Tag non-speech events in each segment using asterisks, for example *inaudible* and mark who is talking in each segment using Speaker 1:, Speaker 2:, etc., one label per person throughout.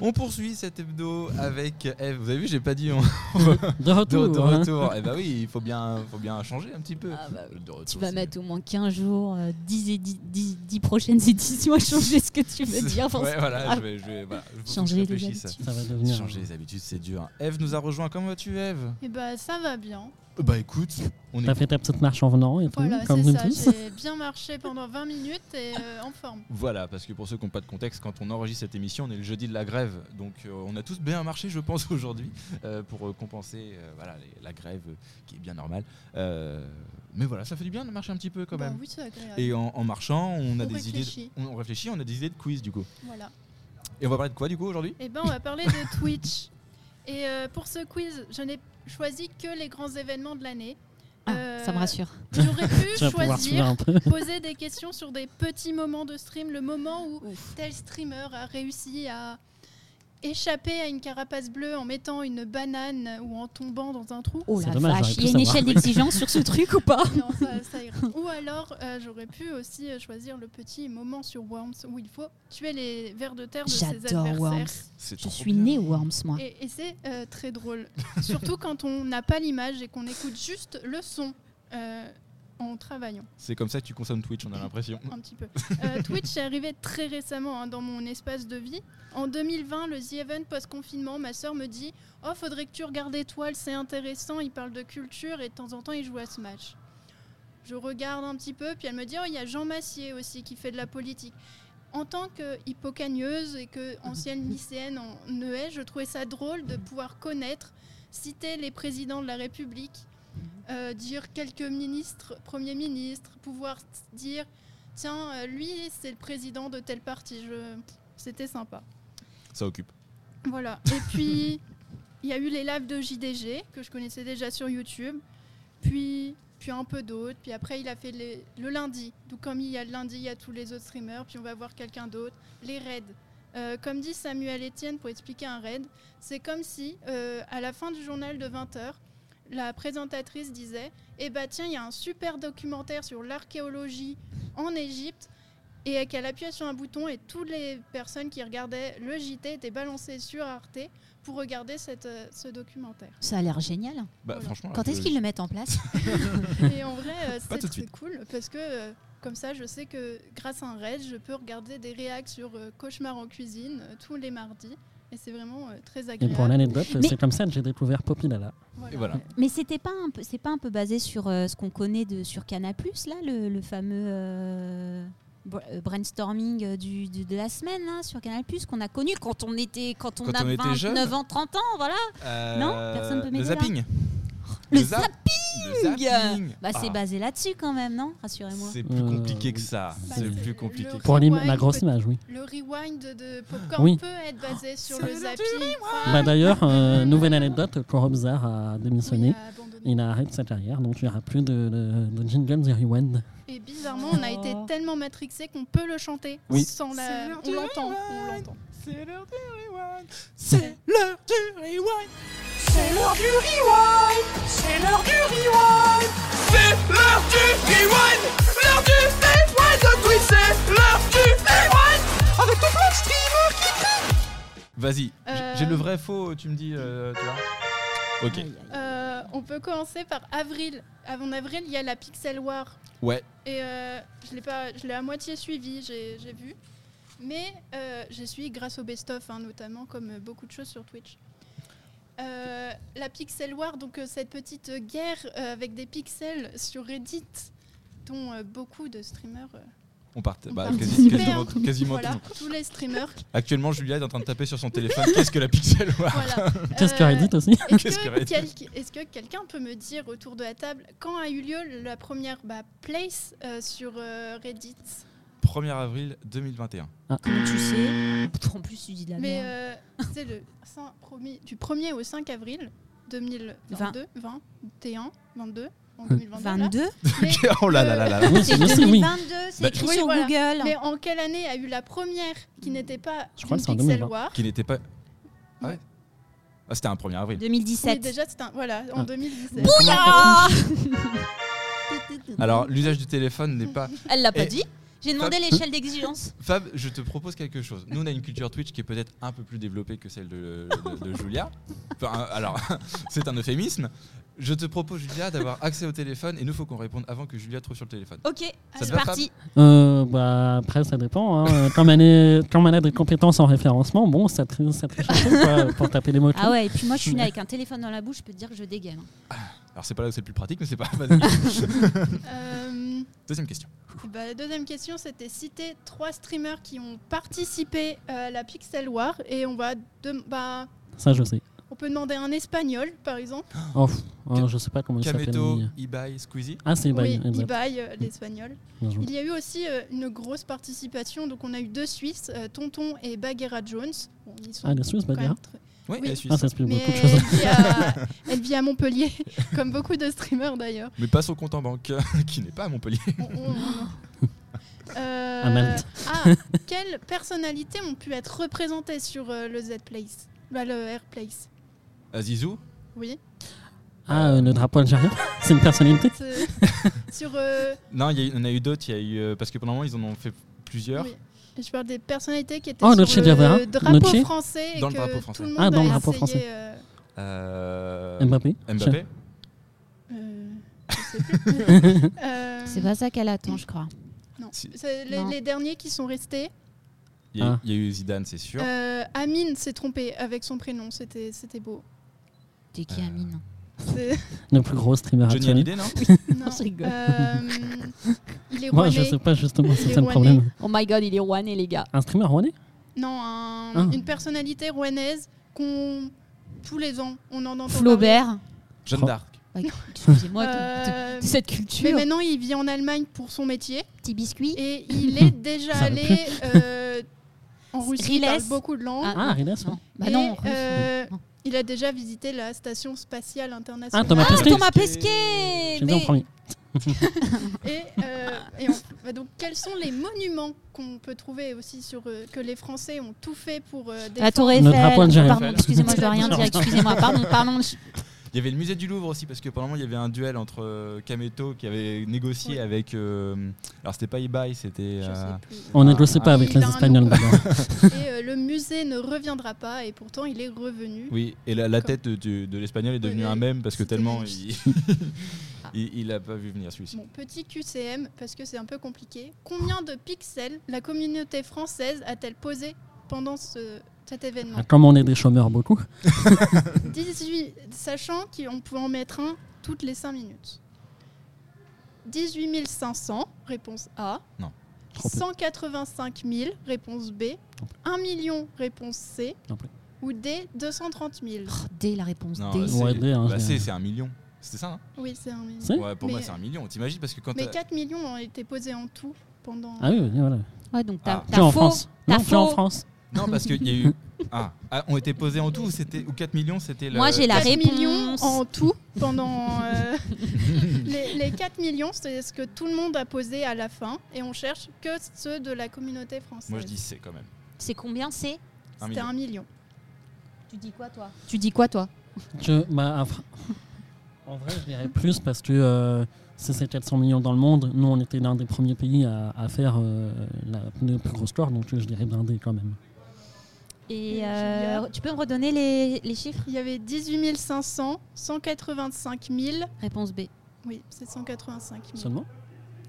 Speaker 1: On poursuit cet hebdo avec Eve. Vous avez vu, j'ai pas dit on...
Speaker 2: De retour.
Speaker 1: de, de
Speaker 2: hein.
Speaker 1: retour. Eh bah oui, il faut bien, faut bien changer un petit peu.
Speaker 3: Ah bah oui.
Speaker 1: De retour,
Speaker 3: Tu vas
Speaker 1: c'est-
Speaker 3: mettre au moins 15 jours, euh, 10, et 10, 10, 10 prochaines *laughs* éditions à changer ce que tu veux dire. parce
Speaker 1: Ouais,
Speaker 3: que-
Speaker 1: voilà,
Speaker 3: Ah,
Speaker 1: je vais, je vais- voilà, il faut que je
Speaker 3: Changer les
Speaker 1: réfléchisse.
Speaker 3: habitudes.
Speaker 2: Ça va hein. devenir. euh,
Speaker 1: Changer les habitudes, c'est dur. Eve nous a rejoint. Comment vas-tu, Eve
Speaker 4: Et bah ça va bien.
Speaker 2: Mmh,
Speaker 1: Bah écoute, on
Speaker 2: T'as
Speaker 1: est.
Speaker 2: fait ta petite marche en venant et tout,
Speaker 4: Voilà,
Speaker 2: comme
Speaker 4: c'est
Speaker 2: nous
Speaker 4: ça.
Speaker 2: tous. *laughs*
Speaker 4: J'ai bien marché pendant 20 minutes et euh, en forme.
Speaker 1: Voilà, parce que pour ceux qui n'ont pas de contexte, quand on enregistre cette émission, on est le jeudi de la grève. Donc euh, on a tous bien marché, je pense, *laughs* aujourd'hui, euh, pour euh, compenser euh, voilà, les- la grève euh, qui est bien normale. Euh, mais voilà, ça fait du bien de marcher un petit peu quand
Speaker 4: Bah
Speaker 1: même.
Speaker 4: oui, c'est agréable.
Speaker 1: Et en, en marchant, on a
Speaker 4: On
Speaker 1: des idées.
Speaker 4: réfléchit.
Speaker 1: de- on réfléchit, on a des idées de quiz du coup.
Speaker 4: Voilà.
Speaker 1: Et on va parler de quoi du coup aujourd'hui
Speaker 4: Et ben on va parler de Twitch. Et euh, pour ce quiz, je n'ai choisi que les grands événements de l'année.
Speaker 3: ah,
Speaker 4: Euh,
Speaker 3: ça me rassure.
Speaker 4: J'aurais
Speaker 2: *laughs*
Speaker 4: pu
Speaker 2: Tu vas pouvoir suivre
Speaker 4: choisir
Speaker 2: un peu.
Speaker 4: poser des questions sur des petits moments de stream, le moment où tel streamer a réussi à échapper à une carapace bleue en mettant une banane ou en tombant dans un trou.
Speaker 3: Oh
Speaker 2: C'est
Speaker 3: la
Speaker 2: dommage, j'aurais
Speaker 3: vache,
Speaker 2: pu
Speaker 3: il y a une
Speaker 2: savoir. *laughs*
Speaker 3: échelle d'exigence sur ce truc ou pas
Speaker 4: Non, ça- ça ira. Ou alors, euh, j'aurais pu aussi euh, choisir le petit moment sur Worms où il faut tuer les vers de terre de ses
Speaker 3: J'adore
Speaker 4: adversaires.
Speaker 3: Worms.
Speaker 1: C'est
Speaker 3: Je
Speaker 1: trop
Speaker 3: suis
Speaker 1: bien.
Speaker 3: née au Worms, moi.
Speaker 4: Et, et c'est euh, très drôle. Surtout quand on n'a pas l'image et qu'on écoute juste le son. euh, en travaillant
Speaker 1: C'est comme ça que tu consommes Twitch, on a l'impression.
Speaker 4: un petit peu. Euh, Twitch est arrivé très récemment hein, dans mon espace de vie. En 2020, le The Event post-confinement, ma sœur me dit « Oh, faudrait que tu regardes Étoile, c'est intéressant, il parle de culture et de temps en temps, il joue à Smash. » Je regarde un petit peu, puis elle me dit « Oh, il y a Jean Massier aussi qui fait de la politique. » En tant que hypocagneuse et que ancienne lycéenne en ES, je trouvais ça drôle de pouvoir connaître, citer les présidents de la République, euh, dire quelques ministres, premiers ministres, pouvoir dire tiens, euh, lui, c'est le président de tel parti. Je... C'était sympa.
Speaker 1: Ça occupe. Bah,
Speaker 4: Voilà. Et puis, il y a eu les lives de JDG, que je connaissais déjà sur YouTube. Puis, puis un peu d'autres. Puis après, il a fait les- le lundi. Donc, comme il y a le lundi, il y a tous les autres streamers. Puis on va voir quelqu'un d'autre. Les raids. Euh, comme dit Samuel Etienne pour expliquer un raid, c'est comme si, euh, à la fin du journal de 20h, la présentatrice disait Eh bah tiens, il y a un super documentaire sur l'archéologie en Égypte. Et qu'elle appuyait sur un bouton et toutes les personnes qui regardaient le JT étaient balancées sur Arte pour regarder cette, euh,
Speaker 1: *laughs*
Speaker 4: ce documentaire.
Speaker 3: Ça a l'air génial.
Speaker 1: Bah,
Speaker 4: Voilà.
Speaker 1: franchement,
Speaker 3: Quand est-ce qu'ils le mettent
Speaker 1: *laughs*
Speaker 3: en place
Speaker 4: Et en vrai, euh,
Speaker 1: Pas
Speaker 4: c'est
Speaker 1: tout de
Speaker 4: très
Speaker 1: suite.
Speaker 4: cool parce que euh, comme ça, je sais que grâce à un raid, je peux regarder des réacs sur euh, Cauchemar en cuisine euh, tous les mardis. Et c'est vraiment euh, très
Speaker 2: Et pour
Speaker 4: agréable.
Speaker 2: l'anecdote,
Speaker 3: Mais-
Speaker 2: c'est comme ça que j'ai découvert Popilala.
Speaker 1: Et voilà.
Speaker 3: Mais c'était pas un peu, c'est pas un peu basé sur euh, ce qu'on connaît de sur Canaplus là, le, le fameux euh, br- euh, brainstorming euh, du, du- de la semaine là, sur Canal qu'on a connu quand on était quand on
Speaker 1: Quand
Speaker 3: a
Speaker 1: on était
Speaker 3: 29
Speaker 1: jeune.
Speaker 3: ans, 30 ans, voilà. Non, personne peut m'aider
Speaker 1: Euh, Le
Speaker 3: là
Speaker 1: zapping.
Speaker 3: Le
Speaker 1: zap- le zapping.
Speaker 3: Bah c'est
Speaker 1: Ah,
Speaker 3: basé là-dessus quand même, non Rassurez-moi.
Speaker 1: C'est plus
Speaker 2: Euh,
Speaker 1: compliqué que ça.
Speaker 2: Bah,
Speaker 1: c'est
Speaker 2: c'est
Speaker 1: plus
Speaker 4: le-
Speaker 1: compliqué. que ça.
Speaker 2: Pour l'im-
Speaker 4: Ouais,
Speaker 2: la grosse
Speaker 4: peut-
Speaker 2: image, oui.
Speaker 4: Le rewind de Popcorn
Speaker 2: Oui.
Speaker 4: peut être basé sur
Speaker 1: c'est
Speaker 4: le
Speaker 1: le
Speaker 4: zapping.
Speaker 2: Bah, D'ailleurs, euh, nouvelle anecdote, Coro Bizarre a démissionné.
Speaker 4: euh.
Speaker 2: Il a arrêté sa carrière, donc il n'y aura plus de, de, de jingles et rewind.
Speaker 4: Et bizarrement, on a été tellement matrixé qu'on peut le chanter
Speaker 2: Oui.
Speaker 4: sans
Speaker 1: Oh. C'est
Speaker 4: la.
Speaker 1: l'heure
Speaker 4: On
Speaker 1: du
Speaker 4: l'entend.
Speaker 1: rewind.
Speaker 4: On l'entend.
Speaker 1: C'est l'heure du rewind. C'est l'heure du rewind.
Speaker 5: C'est l'heure du rewind C'est l'heure du rewind C'est l'heure du rewind L'heure du rewind de Twitch, c'est l'heure du rewind Avec tout plein de streamers qui
Speaker 1: Vas-y, j-
Speaker 4: Euh,
Speaker 1: j'ai le vrai faux, tu me dis, euh, tu vois. Ok.
Speaker 3: Aïe, aïe.
Speaker 4: Euh, on peut commencer par avril. Avant avril, il y a la Pixel War.
Speaker 1: Ouais.
Speaker 4: Et euh, je l'ai pas, je l'ai à moitié suivi, j'ai j'ai vu. Mais euh, j'ai suivi grâce au best-of, hein, notamment, comme euh, beaucoup de choses sur Twitch. Euh, la Pixel War, donc euh, cette petite euh, guerre euh, avec des pixels sur Reddit, dont euh, beaucoup de streamers. euh,
Speaker 1: On part. Bah, quasi-
Speaker 4: participait,
Speaker 1: quasiment,
Speaker 4: hein.
Speaker 1: quasiment
Speaker 4: voilà,
Speaker 1: tout.
Speaker 4: tous les streamers.
Speaker 1: Actuellement, Julia est en train de taper sur son téléphone. Qu'est-ce que la pixel War
Speaker 4: voilà.
Speaker 2: *laughs* Qu'est-ce que
Speaker 4: Euh,
Speaker 2: Reddit aussi
Speaker 4: *laughs* Est-ce
Speaker 1: Qu'est-ce que
Speaker 4: que,
Speaker 1: Reddit
Speaker 4: quel- est-ce que quelqu'un peut me dire autour de la table quand a eu lieu la première bah, place euh, sur euh, Reddit
Speaker 1: 1er avril 2021.
Speaker 2: Ah.
Speaker 4: *laughs*
Speaker 3: Comment tu sais En plus tu dis de la
Speaker 4: Mais
Speaker 3: merde.
Speaker 4: euh, c'est le cin- promi- du 1er au 5 avril 2022, 20, 21, 22, en 2022. là.
Speaker 3: 22
Speaker 4: Mais,
Speaker 1: *laughs* *laughs* oh là là là là là.
Speaker 2: Oui,
Speaker 3: C'est
Speaker 2: oui, oui, oui.
Speaker 3: 2022, c'est
Speaker 1: Bah,
Speaker 3: écrit
Speaker 4: Oui,
Speaker 3: sur
Speaker 4: voilà.
Speaker 3: Google.
Speaker 4: mais en hein. quelle année a eu la première qui n'était pas
Speaker 2: Je crois
Speaker 4: une
Speaker 2: que c'est en
Speaker 4: Pixel
Speaker 2: 2020.
Speaker 4: War
Speaker 1: Qui n'était pas. Ah ouais Ah, c'était un 1er avril.
Speaker 4: Mais
Speaker 3: 2017.
Speaker 4: déjà, c'est un, voilà, en
Speaker 2: Ah.
Speaker 4: 2017.
Speaker 3: Ah
Speaker 1: Alors, l'usage du téléphone n'est pas.
Speaker 3: Elle l'a
Speaker 1: Et-
Speaker 3: pas dit. J'ai demandé l'échelle d'exigence.
Speaker 1: Fab, je te propose quelque chose. Nous, on a une culture Twitch qui est peut-être un peu plus développée que celle de, de- de Julia. Enfin, euh, alors, *laughs* c'est un euphémisme. Je te propose, Julia, d'avoir accès au téléphone et nous, faut qu'on réponde avant que Julia trouve sur le téléphone.
Speaker 3: Ok,
Speaker 1: Ça te
Speaker 3: c'est
Speaker 1: va, Fab
Speaker 3: parti.
Speaker 2: Euh, bah, après, ça dépend. Hein. Euh, Quand, on est- quand on a des compétences en référencement, bon, ça te, ça te chauffe, quoi, pour taper les mots.
Speaker 3: Ah ouais, et puis moi je
Speaker 1: *laughs*
Speaker 3: suis née avec un téléphone dans la bouche, je peux te dire que je dégaine.
Speaker 1: Alors, c'est pas là où c'est le plus pratique, mais c'est pas. *laughs* vas-y.
Speaker 4: Euh,
Speaker 1: Deuxième question.
Speaker 4: bah, la deuxième question, c'était citer trois streamers qui ont participé euh, à la Pixel War. Et on va. dem- bah,
Speaker 2: Ça, je sais.
Speaker 4: on peut demander un espagnol, par exemple.
Speaker 2: Oh, pff, oh, je sais pas comment il s'appelle.
Speaker 1: Kameto,
Speaker 2: lui.
Speaker 1: Ibai, Squeezie.
Speaker 2: Ah, c'est Ibai.
Speaker 4: oui,
Speaker 2: exact.
Speaker 4: Ibai, euh, l'espagnol.
Speaker 2: Bien joué.
Speaker 4: Il y a eu aussi euh, une grosse participation. Donc, on a eu deux Suisses, euh, Tonton et Bagheera Jones. Bon, ils sont
Speaker 2: Ah, les Suisses,
Speaker 4: quand
Speaker 2: Badia.
Speaker 4: même très-
Speaker 1: Oui,
Speaker 4: Oui.
Speaker 1: la Suisse.
Speaker 2: Ah, ça explique
Speaker 4: Mais
Speaker 2: beaucoup de
Speaker 4: elle
Speaker 2: choses.
Speaker 4: vit, à... elle vit à Montpellier, *laughs* comme beaucoup de streamers d'ailleurs.
Speaker 1: Mais pas son compte en banque, *laughs* qui n'est pas à Montpellier.
Speaker 2: *laughs*
Speaker 4: On- on- oh, Euh,
Speaker 2: À Malte.
Speaker 4: ah, quelles personnalités ont pu être représentées sur euh, le Z-Place bah, Le R-Place,
Speaker 1: Azizou
Speaker 4: oui.
Speaker 2: Ah, euh, le drapeau algérien, *laughs* c'est une personnalité. *laughs*
Speaker 4: C'est- sur, euh,
Speaker 1: Non, il y en a eu d'autres. Il y a eu, euh, parce que pendant un moment, ils en ont fait plusieurs.
Speaker 4: Oui. je parle des personnalités qui étaient
Speaker 2: Oh,
Speaker 4: sur euh,
Speaker 2: Noce
Speaker 4: le
Speaker 2: Diawara.
Speaker 4: drapeau
Speaker 2: Noce.
Speaker 4: français et
Speaker 1: Dans le
Speaker 4: que
Speaker 1: drapeau français.
Speaker 4: tout le monde
Speaker 2: Ah, dans
Speaker 4: a
Speaker 2: le drapeau
Speaker 4: essayé,
Speaker 2: français.
Speaker 4: euh,
Speaker 1: Euh,
Speaker 2: Mbappé.
Speaker 1: Mbappé.
Speaker 4: euh, je sais
Speaker 2: *laughs*
Speaker 4: plus. Euh,
Speaker 3: C'est pas ça qu'elle attend, je crois.
Speaker 4: non.
Speaker 1: Si.
Speaker 4: C'est les,
Speaker 3: Non.
Speaker 4: les derniers qui sont restés.
Speaker 1: Il y, a-
Speaker 2: Ah.
Speaker 1: il y a eu Zidane, c'est sûr.
Speaker 4: Euh, Amine s'est trompée avec son prénom, c'était
Speaker 2: *laughs*
Speaker 4: c'était beau.
Speaker 3: T'es qui,
Speaker 1: Euh.
Speaker 3: Amine
Speaker 4: C'est-
Speaker 2: Le plus gros streamer
Speaker 1: Johnny
Speaker 2: actuel.
Speaker 1: Hallyday, non
Speaker 4: Non.
Speaker 3: Je rigole.
Speaker 4: Euh,
Speaker 2: *laughs*
Speaker 4: il est
Speaker 2: Moi,
Speaker 4: rouennais.
Speaker 2: je sais pas justement, c'est
Speaker 4: Les
Speaker 2: ça le
Speaker 4: Rouennais.
Speaker 2: problème.
Speaker 3: Oh my god, il est one et les gars.
Speaker 2: Un streamer rouennais
Speaker 4: Non, un-
Speaker 2: Ah.
Speaker 4: une personnalité rouennaise qu'on tous les ans on en
Speaker 3: *laughs*
Speaker 4: entend.
Speaker 3: Flaubert.
Speaker 1: Jeanne
Speaker 2: Oh.
Speaker 1: d'Arc.
Speaker 3: Bah, Excusez-moi,
Speaker 4: parler.
Speaker 3: de- de-
Speaker 4: Euh,
Speaker 3: de cette
Speaker 4: mais
Speaker 3: culture.
Speaker 4: maintenant il vit en Allemagne pour son métier
Speaker 3: Petit biscuit.
Speaker 4: et il est déjà
Speaker 2: Ça
Speaker 4: allé euh, en Russie. Il parle
Speaker 3: Riles.
Speaker 4: beaucoup de langues.
Speaker 2: Ah, Riles, ouais.
Speaker 3: non. Bah
Speaker 4: Et,
Speaker 3: non, russe,
Speaker 4: euh,
Speaker 3: non.
Speaker 4: Il a déjà visité la station spatiale
Speaker 2: Ah,
Speaker 4: internationale.
Speaker 2: Thomas Pesquet
Speaker 3: Thomas Pesquet
Speaker 2: J'ai dit en
Speaker 3: mais-
Speaker 2: premier.
Speaker 4: et, euh, et on- bah donc quels sont les monuments qu'on peut trouver aussi sur euh, que les Français ont tout fait pour euh,
Speaker 3: La
Speaker 4: défendre
Speaker 3: Tour
Speaker 2: Le drapeau
Speaker 3: Eiffel.
Speaker 2: algérien.
Speaker 3: Pardon, excusez-moi, je dois rien dire. Excusez-moi, pardon, pardon. je-
Speaker 1: Il y avait le musée du Louvre aussi, parce que pendant un moment, il y avait un duel entre euh, Kameto qui avait négocié
Speaker 4: Oui.
Speaker 1: avec. euh, alors, c'était pas Ibai, c'était.
Speaker 4: Je
Speaker 1: euh,
Speaker 4: sais plus.
Speaker 2: On négocie
Speaker 1: Ah,
Speaker 2: pas avec
Speaker 4: il
Speaker 2: les
Speaker 4: a un
Speaker 2: Espagnols.
Speaker 4: nom.
Speaker 2: Badia.
Speaker 4: *laughs* Et euh, le musée ne reviendra pas, et pourtant il est revenu.
Speaker 1: Oui, et la, la tête de, du- de l'espagnol est devenue
Speaker 4: Oui,
Speaker 1: un
Speaker 4: oui.
Speaker 1: mème parce que
Speaker 4: C'était
Speaker 1: tellement
Speaker 4: juste.
Speaker 1: il,
Speaker 4: *laughs*
Speaker 1: il, *laughs* il a pas vu venir celui-ci.
Speaker 4: Bon, petit QCM, parce que c'est un peu compliqué. Combien de pixels la communauté française a-t-elle posé pendant ce- cet
Speaker 2: *laughs*
Speaker 4: événement
Speaker 2: Ah, Comme on est des chômeurs beaucoup.
Speaker 4: 18, sachant qu'on pouvait en mettre un toutes les 5 minutes. 18 500, réponse A.
Speaker 1: Non.
Speaker 2: Trop peu.
Speaker 4: 185 000, réponse B. 1 million, réponse C.
Speaker 2: Non plus.
Speaker 4: Ou D, 230 000.
Speaker 3: Oh, D, la réponse
Speaker 1: Non,
Speaker 3: D.
Speaker 1: bah, c'est-
Speaker 2: Ouais, D, hein,
Speaker 1: bah,
Speaker 2: je
Speaker 1: c'est
Speaker 2: dirais.
Speaker 1: c'est un million. C'était ça, hein
Speaker 4: Oui, c'est un million.
Speaker 2: C'est- Oui.
Speaker 1: Ouais, pour moi,
Speaker 4: Mais-
Speaker 1: c'est un million. T'imagines Parce que quand.
Speaker 4: Mais
Speaker 1: t'as-
Speaker 4: 4 millions ont été posés en tout pendant.
Speaker 2: Ah oui, oui, voilà.
Speaker 3: Ouais, donc t'as
Speaker 1: Ah.
Speaker 2: Tu es en
Speaker 3: t'as faux.
Speaker 2: France
Speaker 3: t'as
Speaker 2: Non, tu es en
Speaker 3: faux.
Speaker 2: France.
Speaker 1: Non, parce qu'il y a
Speaker 4: *laughs*
Speaker 1: eu. Ah, ah, ont été posés en tout ou, c'était- ou 4 millions, c'était le.
Speaker 3: Moi, j'ai la
Speaker 4: 4
Speaker 3: réponse.
Speaker 4: millions en tout pendant euh, *laughs* les, les 4 millions, c'est ce que tout le monde a posé à la fin et on cherche que ceux de la communauté française.
Speaker 1: Moi, je dis c'est quand même.
Speaker 3: C'est combien c'est
Speaker 1: Un
Speaker 4: c'était
Speaker 1: million.
Speaker 4: un million.
Speaker 3: Tu dis quoi toi Tu dis quoi toi
Speaker 2: Je, bah, après- *laughs* en vrai, je dirais plus parce que euh, si c'est 400 millions dans le monde, nous, on était l'un des premiers pays à, à faire euh, la, le plus gros score, donc euh, je dirais blindé quand même.
Speaker 3: Et
Speaker 4: Et
Speaker 3: euh,
Speaker 4: Julia
Speaker 3: tu peux me redonner les, les chiffres
Speaker 4: Il y avait 18 500, 185 000.
Speaker 3: Réponse B.
Speaker 4: Oui, c'est 185 000.
Speaker 2: Seulement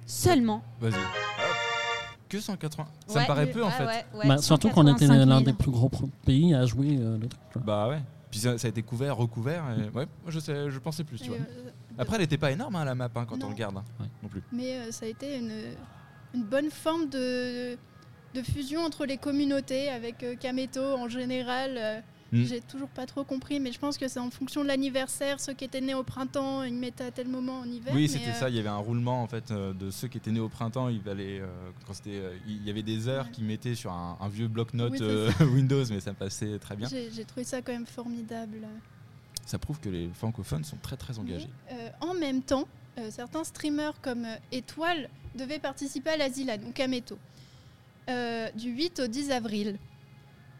Speaker 3: Seulement.
Speaker 1: Vas-y. Que 180. Ça
Speaker 3: Ouais.
Speaker 1: me paraît peu en fait.
Speaker 2: bah, Surtout qu'on était l'un des plus gros pro- pays à jouer euh, le truc. tu vois.
Speaker 1: Bah ouais. Puis ça, ça a été couvert, recouvert. et- Ouais, moi, je, sais, je pensais plus, tu vois.
Speaker 4: Et, euh,
Speaker 1: Après, elle n'était pas énorme, hein, la map, hein, quand
Speaker 4: Non.
Speaker 1: on regarde. hein,
Speaker 2: Ouais.
Speaker 1: Non plus.
Speaker 4: mais euh, ça a été une, une bonne forme de, de fusion entre les communautés avec euh, Kameto en général. euh,
Speaker 1: Mm.
Speaker 4: J'ai toujours pas trop compris, mais je pense que c'est en fonction de l'anniversaire. Ceux qui étaient nés au printemps, ils mettaient à tel moment en hiver. mais,
Speaker 1: Oui, c'était
Speaker 4: euh,
Speaker 1: ça. Il y avait un roulement en fait euh, de ceux qui étaient nés au printemps. Il fallait, euh, quand c'était, euh, il y avait des heures
Speaker 4: Ouais.
Speaker 1: qu'ils mettaient sur un, un vieux bloc-notes
Speaker 4: Oui, c'est
Speaker 1: euh, *laughs* Windows, mais ça passait très bien.
Speaker 4: J'ai j'ai trouvé ça quand même formidable.
Speaker 1: Ça prouve que les francophones sont très très engagés.
Speaker 4: Euh, en même temps, euh, certains streamers comme euh, Étoile devaient participer à la Zilan, ou Kameto, euh, du 8 au 10 avril.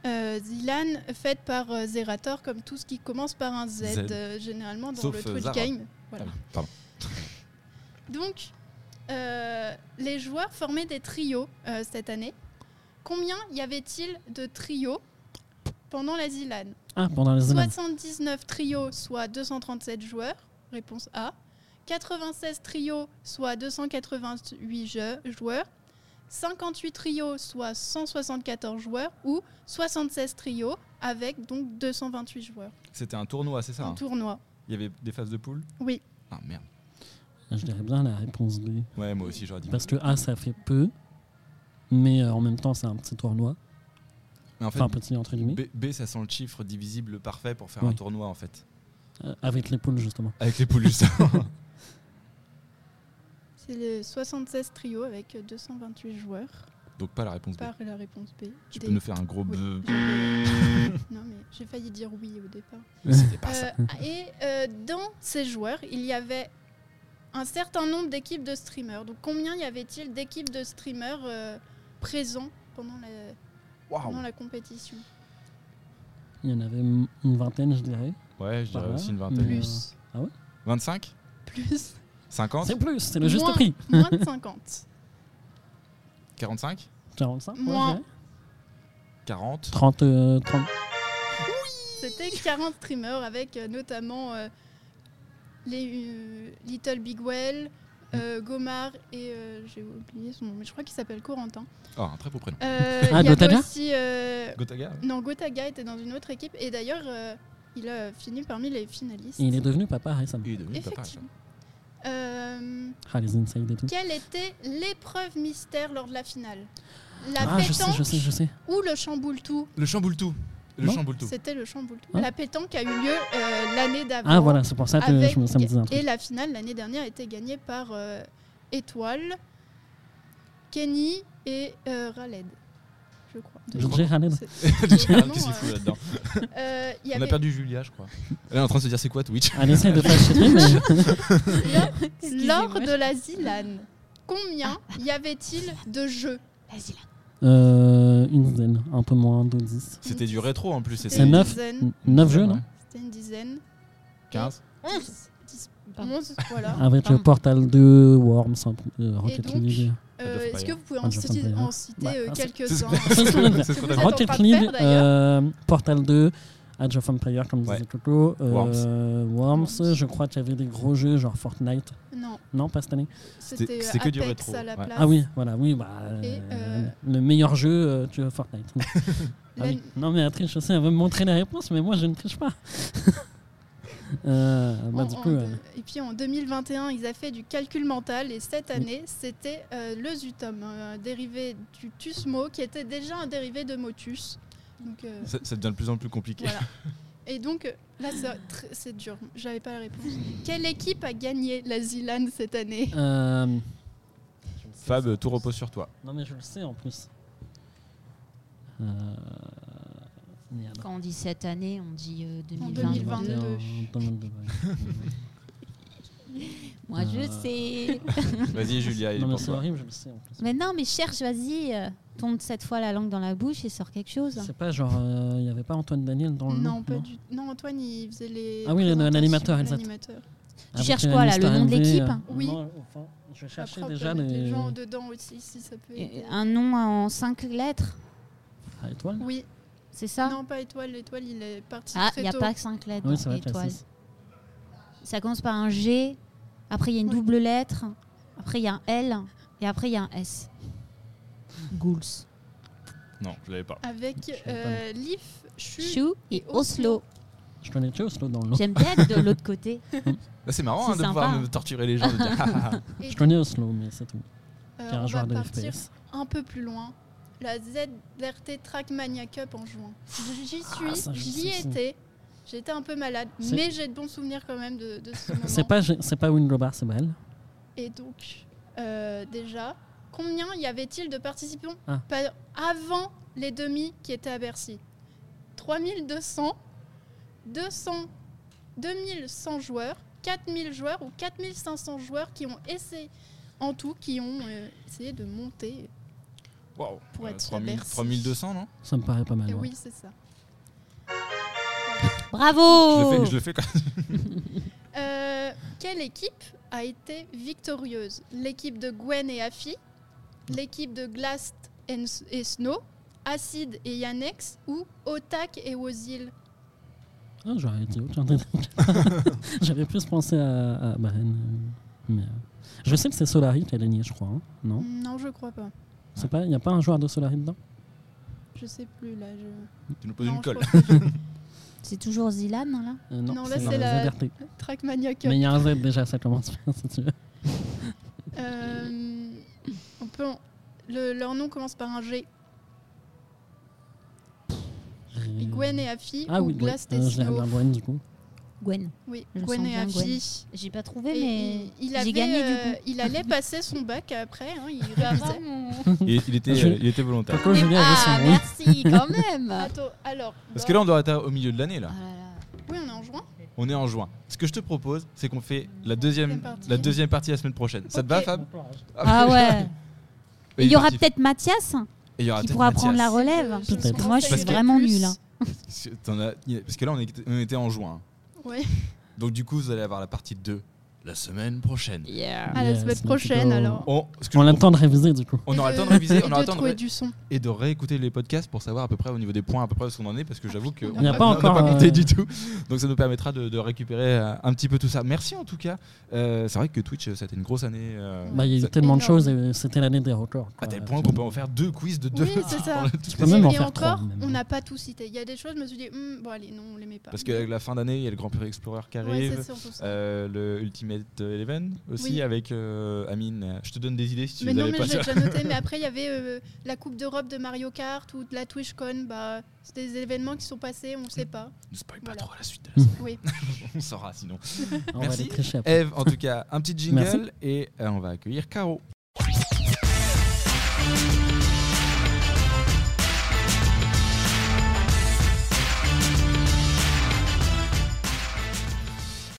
Speaker 4: Euh, Zilan, faite par euh, Zerator, comme tout ce qui commence par un Z,
Speaker 1: Z.
Speaker 4: euh, généralement dans
Speaker 1: Sauf,
Speaker 4: le
Speaker 1: euh,
Speaker 4: Twitch
Speaker 1: Zara.
Speaker 4: Game. Voilà.
Speaker 1: Ah, Pardon.
Speaker 4: Donc, euh, les joueurs formaient des trios euh, cette année. Combien y avait-il de trios pendant la ZILAN
Speaker 2: Ah, pendant les années.
Speaker 4: 79 trios, soit 237 joueurs, réponse A. 96 trios, soit 288 jeux- joueurs. 58 trios, soit 174 joueurs. Ou 76 trios, avec donc 228 joueurs.
Speaker 1: C'était un tournoi, c'est ça
Speaker 4: Un
Speaker 1: hein
Speaker 4: tournoi.
Speaker 1: Il y avait des phases de poule
Speaker 4: Oui.
Speaker 1: Ah merde.
Speaker 2: Je dirais bien la réponse B.
Speaker 1: Ouais, moi aussi j'aurais dit.
Speaker 2: Parce que A, ça fait peu, mais euh, en même temps, c'est un petit tournoi.
Speaker 1: Mais en fait,
Speaker 2: Enfin, petit entre guillemets.
Speaker 1: B, B, ça sent le chiffre divisible parfait pour faire
Speaker 2: Oui.
Speaker 1: un tournoi en fait.
Speaker 2: Euh, avec les poules, justement.
Speaker 1: Avec les poules, justement.
Speaker 4: C'est les 76 trios avec 228 joueurs.
Speaker 1: *laughs* Donc pas la réponse B.
Speaker 4: Par la réponse B.
Speaker 1: Tu
Speaker 4: Des-
Speaker 1: peux nous faire un gros
Speaker 4: Oui. *laughs*
Speaker 1: beuh
Speaker 4: Non, mais j'ai failli dire oui au départ.
Speaker 1: C'était pas ça.
Speaker 4: Euh, et euh, dans ces joueurs, il y avait un certain nombre d'équipes de streamers. Donc combien y avait-il d'équipes de streamers euh, présents pendant la, pendant
Speaker 1: Waouh.
Speaker 4: la compétition
Speaker 2: Il y en avait m- une vingtaine, je dirais.
Speaker 1: Ouais, je dirais
Speaker 2: Voilà.
Speaker 1: aussi une
Speaker 2: Mais,
Speaker 1: vingtaine.
Speaker 2: euh,
Speaker 4: Plus,
Speaker 1: 25
Speaker 4: plus, *laughs*
Speaker 1: 50
Speaker 2: C'est plus, c'est le juste
Speaker 4: Moins.
Speaker 2: prix.
Speaker 4: moins de 50.
Speaker 1: 45
Speaker 2: 45 ouais, je
Speaker 4: Moins.
Speaker 2: dirais.
Speaker 1: 40
Speaker 2: 30, euh, 30.
Speaker 4: C'était 40 streamers avec euh, notamment euh, les euh, Little Big Well, euh, Gomard et euh, j'ai oublié son nom, mais je crois qu'il s'appelle Corentin.
Speaker 1: Oh, un très beau prénom.
Speaker 4: Euh,
Speaker 2: Ah,
Speaker 4: il y avait
Speaker 2: Gotaga
Speaker 4: aussi, euh,
Speaker 1: Gotaga ouais.
Speaker 4: Non, Gotaga était dans une autre équipe et d'ailleurs euh, il a fini parmi les finalistes.
Speaker 2: Et il est devenu papa récemment.
Speaker 1: Il est devenu papa. ça.
Speaker 4: Effectivement. Euh,
Speaker 2: Ah, les insides et tout.
Speaker 4: quelle était l'épreuve mystère lors de la finale La
Speaker 2: Ah, je sais,
Speaker 4: pétanque
Speaker 2: je sais, je sais.
Speaker 4: ou le chamboule-tout
Speaker 1: Le chamboule-tout. Le
Speaker 2: Non.
Speaker 1: chamboule-tout.
Speaker 4: C'était le chamboule-tout.
Speaker 2: Hein
Speaker 4: la pétanque a eu lieu euh, l'année d'avant.
Speaker 2: Ah, voilà, c'est pour ça que
Speaker 4: avec-
Speaker 2: je me, ça me disait un
Speaker 4: et
Speaker 2: truc.
Speaker 4: la finale l'année dernière a été gagnée par euh, Étoile, Kenny et euh, Raled, je crois.
Speaker 1: Je
Speaker 2: J'ai râlé.
Speaker 4: C'est-
Speaker 1: *laughs* Qu'est-ce
Speaker 4: vraiment,
Speaker 1: qu'il fout là-dedans
Speaker 4: euh, il y
Speaker 1: On a
Speaker 4: avait-
Speaker 1: perdu Julia, je crois. Elle est en train de se dire c'est quoi
Speaker 4: *laughs*
Speaker 1: Twitch
Speaker 2: Elle essaie de faire chier, mais
Speaker 4: Lors
Speaker 3: Excusez-moi.
Speaker 4: de la ZILAN, combien y avait-il de jeux
Speaker 3: Vas-y, là.
Speaker 2: euh, une dizaine, un peu moins de 10.
Speaker 1: C'était du rétro en plus, c'est
Speaker 4: C'était
Speaker 1: ça
Speaker 4: une
Speaker 2: neuf. Mm.
Speaker 4: dizaine.
Speaker 2: 9 jeux, non
Speaker 1: Ouais.
Speaker 4: C'était une dizaine.
Speaker 1: 15
Speaker 4: Dix- dix-
Speaker 3: Pardon.
Speaker 4: onze, voilà.
Speaker 2: Avec le
Speaker 3: Pardon.
Speaker 2: Portal 2, Worms, un peu, euh, Rocket
Speaker 4: donc, *laughs*
Speaker 2: League.
Speaker 4: Euh,
Speaker 1: Age of
Speaker 4: Est-ce que
Speaker 1: Empires.
Speaker 4: vous pouvez en
Speaker 2: Age of
Speaker 4: citer,
Speaker 2: Empires.
Speaker 4: en citer,
Speaker 2: Bah,
Speaker 4: euh,
Speaker 2: ah, c'est-
Speaker 4: quelques-uns
Speaker 2: *laughs* C'est ce qu'on
Speaker 1: C'est
Speaker 2: a
Speaker 4: *laughs*
Speaker 2: fait.
Speaker 1: ce qu'on a fait.
Speaker 4: Vous êtes en train
Speaker 2: Rocket
Speaker 4: de faire,
Speaker 2: League,
Speaker 4: d'ailleurs.
Speaker 2: euh, Portal 2, Age of Empire, comme
Speaker 1: Ouais.
Speaker 2: disait Coco, euh, Worms.
Speaker 4: Worms.
Speaker 2: je crois qu'il y avait des gros jeux genre Fortnite.
Speaker 4: Non,
Speaker 2: Non, pas cette année.
Speaker 4: c'était
Speaker 1: c'était
Speaker 4: euh,
Speaker 1: que du
Speaker 4: Apex
Speaker 1: rétro,
Speaker 4: à la
Speaker 1: ouais.
Speaker 4: place.
Speaker 2: Ah oui, voilà, oui, bah,
Speaker 4: Et,
Speaker 2: euh,
Speaker 4: euh,
Speaker 2: le meilleur jeu, euh, tu vois, Fortnite. Ah
Speaker 4: La-
Speaker 2: oui. Non, mais elle triche aussi, elle veut me montrer la réponse, mais moi je ne triche pas. *laughs* euh, bah,
Speaker 4: En-
Speaker 2: du
Speaker 4: en
Speaker 2: coup,
Speaker 4: deux-
Speaker 2: euh,
Speaker 4: Et puis en 2021, ils ont fait du calcul mental et cette année, c'était euh, le Zutom, euh, un dérivé du Tusmo qui était déjà un dérivé de Motus. Donc, euh,
Speaker 1: ça, ça devient de plus en plus compliqué.
Speaker 4: voilà. Et donc euh, là, ça- tr- c'est dur. J'avais pas la réponse. Quelle équipe a gagné la Zilan cette année
Speaker 2: euh,
Speaker 1: *laughs* Fab, tout repose sur toi.
Speaker 2: non, mais je le sais en plus. Euh, merde.
Speaker 3: Quand on dit cette année, on dit euh, 2022.
Speaker 4: 2022.
Speaker 2: 2022,
Speaker 1: *laughs*
Speaker 2: ouais.
Speaker 3: Moi, je
Speaker 2: Euh.
Speaker 3: sais.
Speaker 1: Vas-y, Julia, il est
Speaker 2: Non, mais
Speaker 1: pour
Speaker 2: c'est
Speaker 1: toi.
Speaker 2: horrible, je le sais en plus.
Speaker 3: Mais non, mais cherche, vas-y. euh, Tourne cette fois la langue dans la bouche et sors quelque chose.
Speaker 2: C'est pas genre, euh, il n'y avait pas Antoine Daniel dans le
Speaker 4: Non,
Speaker 2: nom,
Speaker 4: pas du Non, Antoine, il faisait les.
Speaker 2: Oh, Ah oui, le-
Speaker 4: présentations,
Speaker 2: l'animateur, exact.
Speaker 4: l'animateur.
Speaker 3: Tu
Speaker 2: Avec
Speaker 3: cherches
Speaker 2: la
Speaker 3: quoi, là,
Speaker 2: liste
Speaker 3: le nom de
Speaker 2: à enlever,
Speaker 3: l'équipe
Speaker 2: euh,
Speaker 4: Oui.
Speaker 2: non, enfin, je cherchais
Speaker 4: Après, on peut
Speaker 2: déjà
Speaker 4: mettre
Speaker 2: les, Ah,
Speaker 4: les... gens dedans aussi, si ça peut. aider.
Speaker 3: Et Un nom en cinq lettres,
Speaker 2: Ah, étoiles.
Speaker 4: Oui,
Speaker 3: c'est ça
Speaker 4: non, pas étoile. L'étoile, il est parti
Speaker 3: Ah, il
Speaker 4: très
Speaker 3: n'y a
Speaker 4: tôt.
Speaker 3: pas que cinq lettres.
Speaker 2: Oui,
Speaker 3: dans
Speaker 2: c'est vrai, que la
Speaker 3: étoile.
Speaker 2: six.
Speaker 3: Ça commence par un G, après il y a une
Speaker 4: Ouais.
Speaker 3: double lettre, après il y a un L et après il y a un S. Ghouls.
Speaker 1: Non, je l'avais pas.
Speaker 4: Avec
Speaker 2: savais pas
Speaker 4: euh, Leaf, euh, Chu,
Speaker 3: Chou et Oslo.
Speaker 2: Je connais Oslo dans le nom.
Speaker 3: J'aime bien être de l'autre côté.
Speaker 1: Là, c'est marrant
Speaker 3: C'est
Speaker 1: hein, de pouvoir
Speaker 3: sympa.
Speaker 1: me torturer les gens. de dire, *laughs* ah, ah, ah.
Speaker 4: et
Speaker 2: Je connais Oslo, mais c'est tout.
Speaker 4: euh,
Speaker 2: J'ai un
Speaker 4: on va
Speaker 2: joueur de
Speaker 4: partir
Speaker 2: FPS.
Speaker 4: un peu plus loin. La ZRT Trackmania Cup en juin. J'y
Speaker 2: Ah,
Speaker 4: suis,
Speaker 2: ça, je
Speaker 4: j'y
Speaker 2: sais, ça.
Speaker 4: étais. J'étais un peu malade,
Speaker 2: C'est-
Speaker 4: mais j'ai de bons souvenirs quand même de, de ce moment.
Speaker 2: *laughs* C'est pas, c'est pas Windrobar, c'est Bell.
Speaker 4: Et donc, euh, déjà, combien y avait-il de participants
Speaker 2: Ah.
Speaker 4: pa- avant les demi qui étaient à Bercy 3200, 200, 2100 joueurs, 4000 joueurs ou 4500 joueurs qui ont essayé, en tout, qui ont euh, essayé de monter.
Speaker 1: Waouh. Euh,
Speaker 4: Pour être sur
Speaker 1: 3000
Speaker 4: Bercy.
Speaker 1: 3200, non
Speaker 2: Ça me paraît pas mal.
Speaker 4: Et
Speaker 2: ouais.
Speaker 4: Eh oui, c'est ça.
Speaker 1: je le,
Speaker 3: Bravo Oh.
Speaker 1: fais, je le fais quand
Speaker 4: Euh, quelle équipe a été victorieuse. L'équipe de Gwen et Afi, l'équipe de Glast and S- et Snow, Acid et Yannex ou Otak et Wozil.
Speaker 2: Ah, j'aurais dit autre chose. *laughs* J'avais plus pensé à, à Bahreïn, euh, Mais, euh, je sais que c'est Solari qui a gagné, je crois. hein, non
Speaker 4: Non, je crois pas.
Speaker 2: C'est pas Il n'y a pas un joueur de Solari dedans
Speaker 4: Je sais plus là. Je...
Speaker 1: Tu nous poses
Speaker 4: Non,
Speaker 1: une
Speaker 4: je
Speaker 1: colle. *laughs*
Speaker 4: crois que-
Speaker 3: C'est toujours Zilan, hein, là
Speaker 2: Euh,
Speaker 4: Non, là,
Speaker 2: dans
Speaker 4: c'est la-
Speaker 2: ZRT.
Speaker 4: Trackmania Cup.
Speaker 2: Mais il y a un Z déjà, ça commence bien, si
Speaker 4: *laughs*
Speaker 2: tu veux.
Speaker 4: Euh, on peut en- le- leur nom commence par un G.
Speaker 3: Euh,
Speaker 4: Et Gwen et Afi
Speaker 2: Ah
Speaker 4: ou
Speaker 2: oui, Gwen.
Speaker 4: Glast et
Speaker 2: Euh, je l'ai
Speaker 4: Snow.
Speaker 2: regardé Gwen, du coup.
Speaker 3: Gwen.
Speaker 4: Oui,
Speaker 3: Je
Speaker 4: Gwen
Speaker 3: sens
Speaker 4: et
Speaker 3: bien
Speaker 4: Afi.
Speaker 3: Gwen. J'ai pas trouvé,
Speaker 4: Et
Speaker 3: mais
Speaker 4: il, il
Speaker 3: j'ai
Speaker 4: avait,
Speaker 3: gagné du
Speaker 4: euh,
Speaker 3: coup.
Speaker 4: il allait passer son bac après. hein,
Speaker 3: *laughs*
Speaker 4: il révisait.
Speaker 2: *laughs*
Speaker 1: Et il, était,
Speaker 2: Je-
Speaker 1: euh, il était volontaire.
Speaker 2: Pourquoi Julien avait
Speaker 3: Ah,
Speaker 2: son nom *laughs*
Speaker 3: merci quand même
Speaker 4: Attends, alors.
Speaker 1: Parce que là, on doit être au milieu de l'année, là.
Speaker 3: Ah là là.
Speaker 4: Oui, on est en juin.
Speaker 1: On est en juin. Ce que je te propose, c'est qu'on fait la
Speaker 4: Deuxième
Speaker 1: deuxième,
Speaker 4: partie.
Speaker 1: la deuxième partie la semaine prochaine. Ça te va,
Speaker 4: Ok.
Speaker 1: Fab
Speaker 3: Ah ouais
Speaker 1: Et
Speaker 3: Il y aura
Speaker 1: parti-
Speaker 3: peut-être Mathias
Speaker 2: Ah,
Speaker 1: et il y aura
Speaker 3: qui
Speaker 1: peut-être
Speaker 3: pourra
Speaker 1: Mathias.
Speaker 3: prendre la relève.
Speaker 4: Je- je
Speaker 2: Peut-être.
Speaker 4: vous
Speaker 3: Moi, je suis
Speaker 4: conseillerais
Speaker 3: vraiment
Speaker 4: plus.
Speaker 3: nulle, hein.
Speaker 1: Parce que t'en as- il y a- parce que là, on était, on était en juin.
Speaker 4: Ouais.
Speaker 1: Donc, du coup, vous allez avoir la partie 2 la semaine prochaine.
Speaker 4: À Ah, la
Speaker 2: Yes,
Speaker 4: semaine
Speaker 2: let's go.
Speaker 4: prochaine alors.
Speaker 1: On, ce que
Speaker 2: On
Speaker 1: je
Speaker 2: a le temps de réviser, du coup.
Speaker 1: On
Speaker 4: Et
Speaker 1: aura le
Speaker 4: de-
Speaker 1: temps de réviser,
Speaker 4: et
Speaker 1: on aura
Speaker 4: de
Speaker 1: le temps de
Speaker 4: trouver
Speaker 1: ré-
Speaker 4: du son.
Speaker 1: et de réécouter les podcasts pour savoir à peu près au niveau des points, à peu près où on en est, parce que j'avoue qu'on
Speaker 4: On
Speaker 1: n'a
Speaker 4: n'a pas
Speaker 2: encore,
Speaker 1: pas
Speaker 2: euh,
Speaker 1: compté du tout. Donc ça nous permettra de, de récupérer euh, un petit peu tout ça. Merci en tout cas. Euh, c'est vrai que Twitch, euh, ça a été une grosse année. euh,
Speaker 2: Bah, Il y a
Speaker 1: ça-
Speaker 2: eu tellement de
Speaker 4: énorme.
Speaker 2: choses, et euh, c'était l'année des records.
Speaker 1: à
Speaker 2: quoi.
Speaker 1: tel point qu'on peut en faire deux quiz de deux.
Speaker 4: Oui, c'est
Speaker 1: *laughs*
Speaker 4: ça.
Speaker 2: peux même en
Speaker 4: et
Speaker 2: faire
Speaker 4: encore,
Speaker 2: trois, même.
Speaker 4: on n'a pas tout cité. Il y a des choses, je me suis dit, Hum, bon allez, non, on les met pas.
Speaker 1: Parce qu'avec la fin d'année, il y a le Grand Prix Explorer qui
Speaker 4: Ouais,
Speaker 1: arrive.
Speaker 4: c'est surtout ça.
Speaker 1: euh, le Ultimate Eleven aussi
Speaker 4: Oui.
Speaker 1: avec euh, Amine. Je te donne des idées si tu
Speaker 4: mais
Speaker 1: les
Speaker 4: non,
Speaker 1: avais
Speaker 4: mais
Speaker 1: pas.
Speaker 4: j'ai déjà noté.
Speaker 1: *laughs*
Speaker 4: Mais après, il y avait euh, la Coupe d'Europe de Mario Kart ou de la TwitchCon. Bah, c'est des événements qui sont passés, on ne sait pas.
Speaker 1: Ne spoil pas
Speaker 4: Voilà.
Speaker 1: trop la suite de la *laughs* semaine.
Speaker 4: Oui.
Speaker 1: On saura sinon.
Speaker 2: On va
Speaker 1: Merci.
Speaker 2: les tricher après.
Speaker 1: Eve, en tout cas, un petit jingle
Speaker 2: Merci.
Speaker 1: et euh, on va accueillir Caro.